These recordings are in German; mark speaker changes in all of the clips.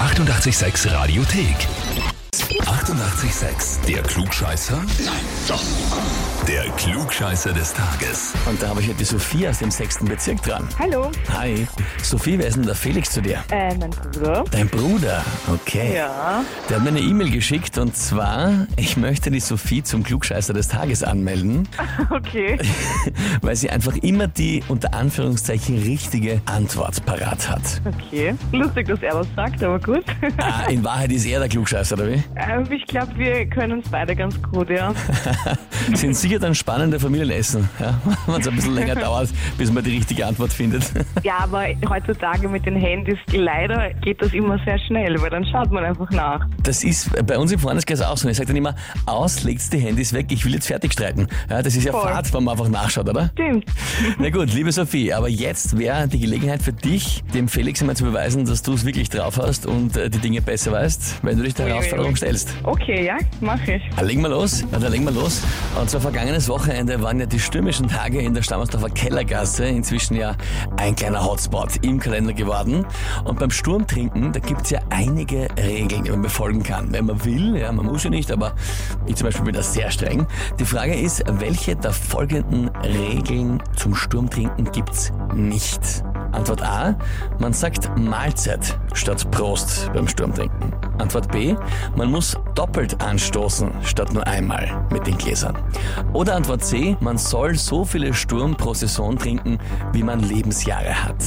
Speaker 1: 886 Radiothek. 88,6. Der Klugscheißer? Nein, doch. Der Klugscheißer des Tages.
Speaker 2: Und da habe ich heute die Sophie aus dem sechsten Bezirk dran.
Speaker 3: Hallo,
Speaker 2: Hi. Sophie, wer ist denn der Felix zu dir?
Speaker 3: äh, mein Bruder.
Speaker 2: Dein Bruder. Okay.
Speaker 3: Ja.
Speaker 2: Der hat mir eine E-Mail geschickt und zwar, ich möchte die Sophie zum Klugscheißer des Tages anmelden,
Speaker 3: Okay.
Speaker 2: weil sie einfach immer die unter Anführungszeichen richtige Antwort parat hat.
Speaker 3: Okay. Lustig, dass er was sagt, aber gut.
Speaker 2: Ah, in Wahrheit ist er der Klugscheißer, oder wie?
Speaker 3: Ähm, ich glaube, wir können uns beide ganz gut, ja.
Speaker 2: Sind sicher dann spannende Familienessen, ja? wenn es ein bisschen länger dauert, bis man die richtige Antwort findet.
Speaker 3: Ja, aber heutzutage mit den Handys, leider geht das immer sehr schnell, weil dann schaut man einfach nach.
Speaker 2: Das ist bei uns im Freundeskreis auch so. Ich sage dann immer, aus, legst die Handys weg, ich will jetzt fertig streiten. Ja, das ist ja
Speaker 3: Voll.
Speaker 2: Fahrt, wenn man einfach nachschaut, oder?
Speaker 3: Stimmt.
Speaker 2: Na gut, liebe Sophie, aber jetzt wäre die Gelegenheit für dich, dem Felix einmal zu beweisen, dass du es wirklich drauf hast und äh, die Dinge besser weißt, wenn du dich der
Speaker 3: Ui, ui,
Speaker 2: Herausforderung
Speaker 3: ui.
Speaker 2: stellst.
Speaker 3: Okay, ja, mache ich.
Speaker 2: Ja, Ah, Legen wir los, ja, dann legen wir los. Und zwar vergangenes Wochenende waren ja die stürmischen Tage in der Stammersdorfer Kellergasse inzwischen ja ein kleiner Hotspot im Kalender geworden. Und beim Sturmtrinken, da gibt's ja einige Regeln, die man befolgen kann. Wenn man will, ja, man muss ja nicht, aber ich zum Beispiel bin da sehr streng. Die Frage ist, welche der folgenden Regeln zum Sturmtrinken gibt's nicht? Antwort A, man sagt Mahlzeit statt Prost beim Sturmtrinken. Antwort B, man muss doppelt anstoßen statt nur einmal mit den Gläsern. Oder Antwort C, man soll so viele Sturm pro Saison trinken, wie man Lebensjahre hat.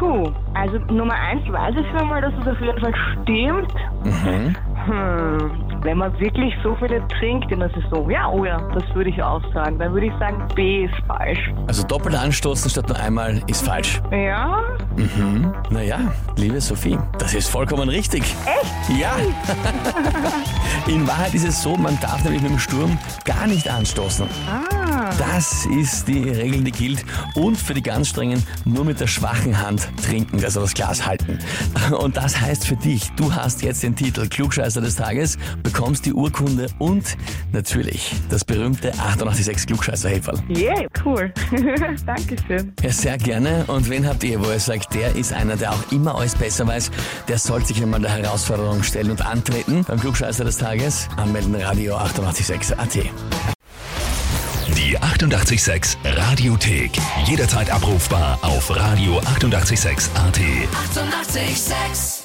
Speaker 3: Puh, also Nummer eins weiß ich schon mal, dass es auf jeden Fall stimmt. Hm, wenn man wirklich so viele trinkt in der Saison, ja, oh ja, das würde ich auch sagen. Dann würde ich sagen, B ist falsch.
Speaker 2: Also doppelt anstoßen statt nur einmal ist falsch.
Speaker 3: Ja,
Speaker 2: Naja, liebe Sophie, das ist vollkommen richtig. Echt? Ja. In Wahrheit ist es so, man darf nämlich mit dem Sturm gar nicht anstoßen. Ah. Das ist die Regel, die gilt. Und für die ganz strengen nur mit der schwachen Hand trinken, also das Glas halten. Und das heißt für dich, du hast jetzt den Titel Klugscheißer des Tages, bekommst die Urkunde und natürlich das berühmte 886 klugscheißer -Häferl.
Speaker 3: yeah, cool. Dankeschön.
Speaker 2: Ja, sehr gerne. Und wen habt ihr, wo ihr sagt, der ist einer, der auch immer alles besser weiß, der sollte sich einmal der Herausforderung stellen und antreten beim Klugscheißer des Tages? Anmelden Radio 886 AT.
Speaker 1: Die 88,6 Radiothek. Jederzeit abrufbar auf radio886.at. 88,6.
Speaker 4: Eighty-eight, sex.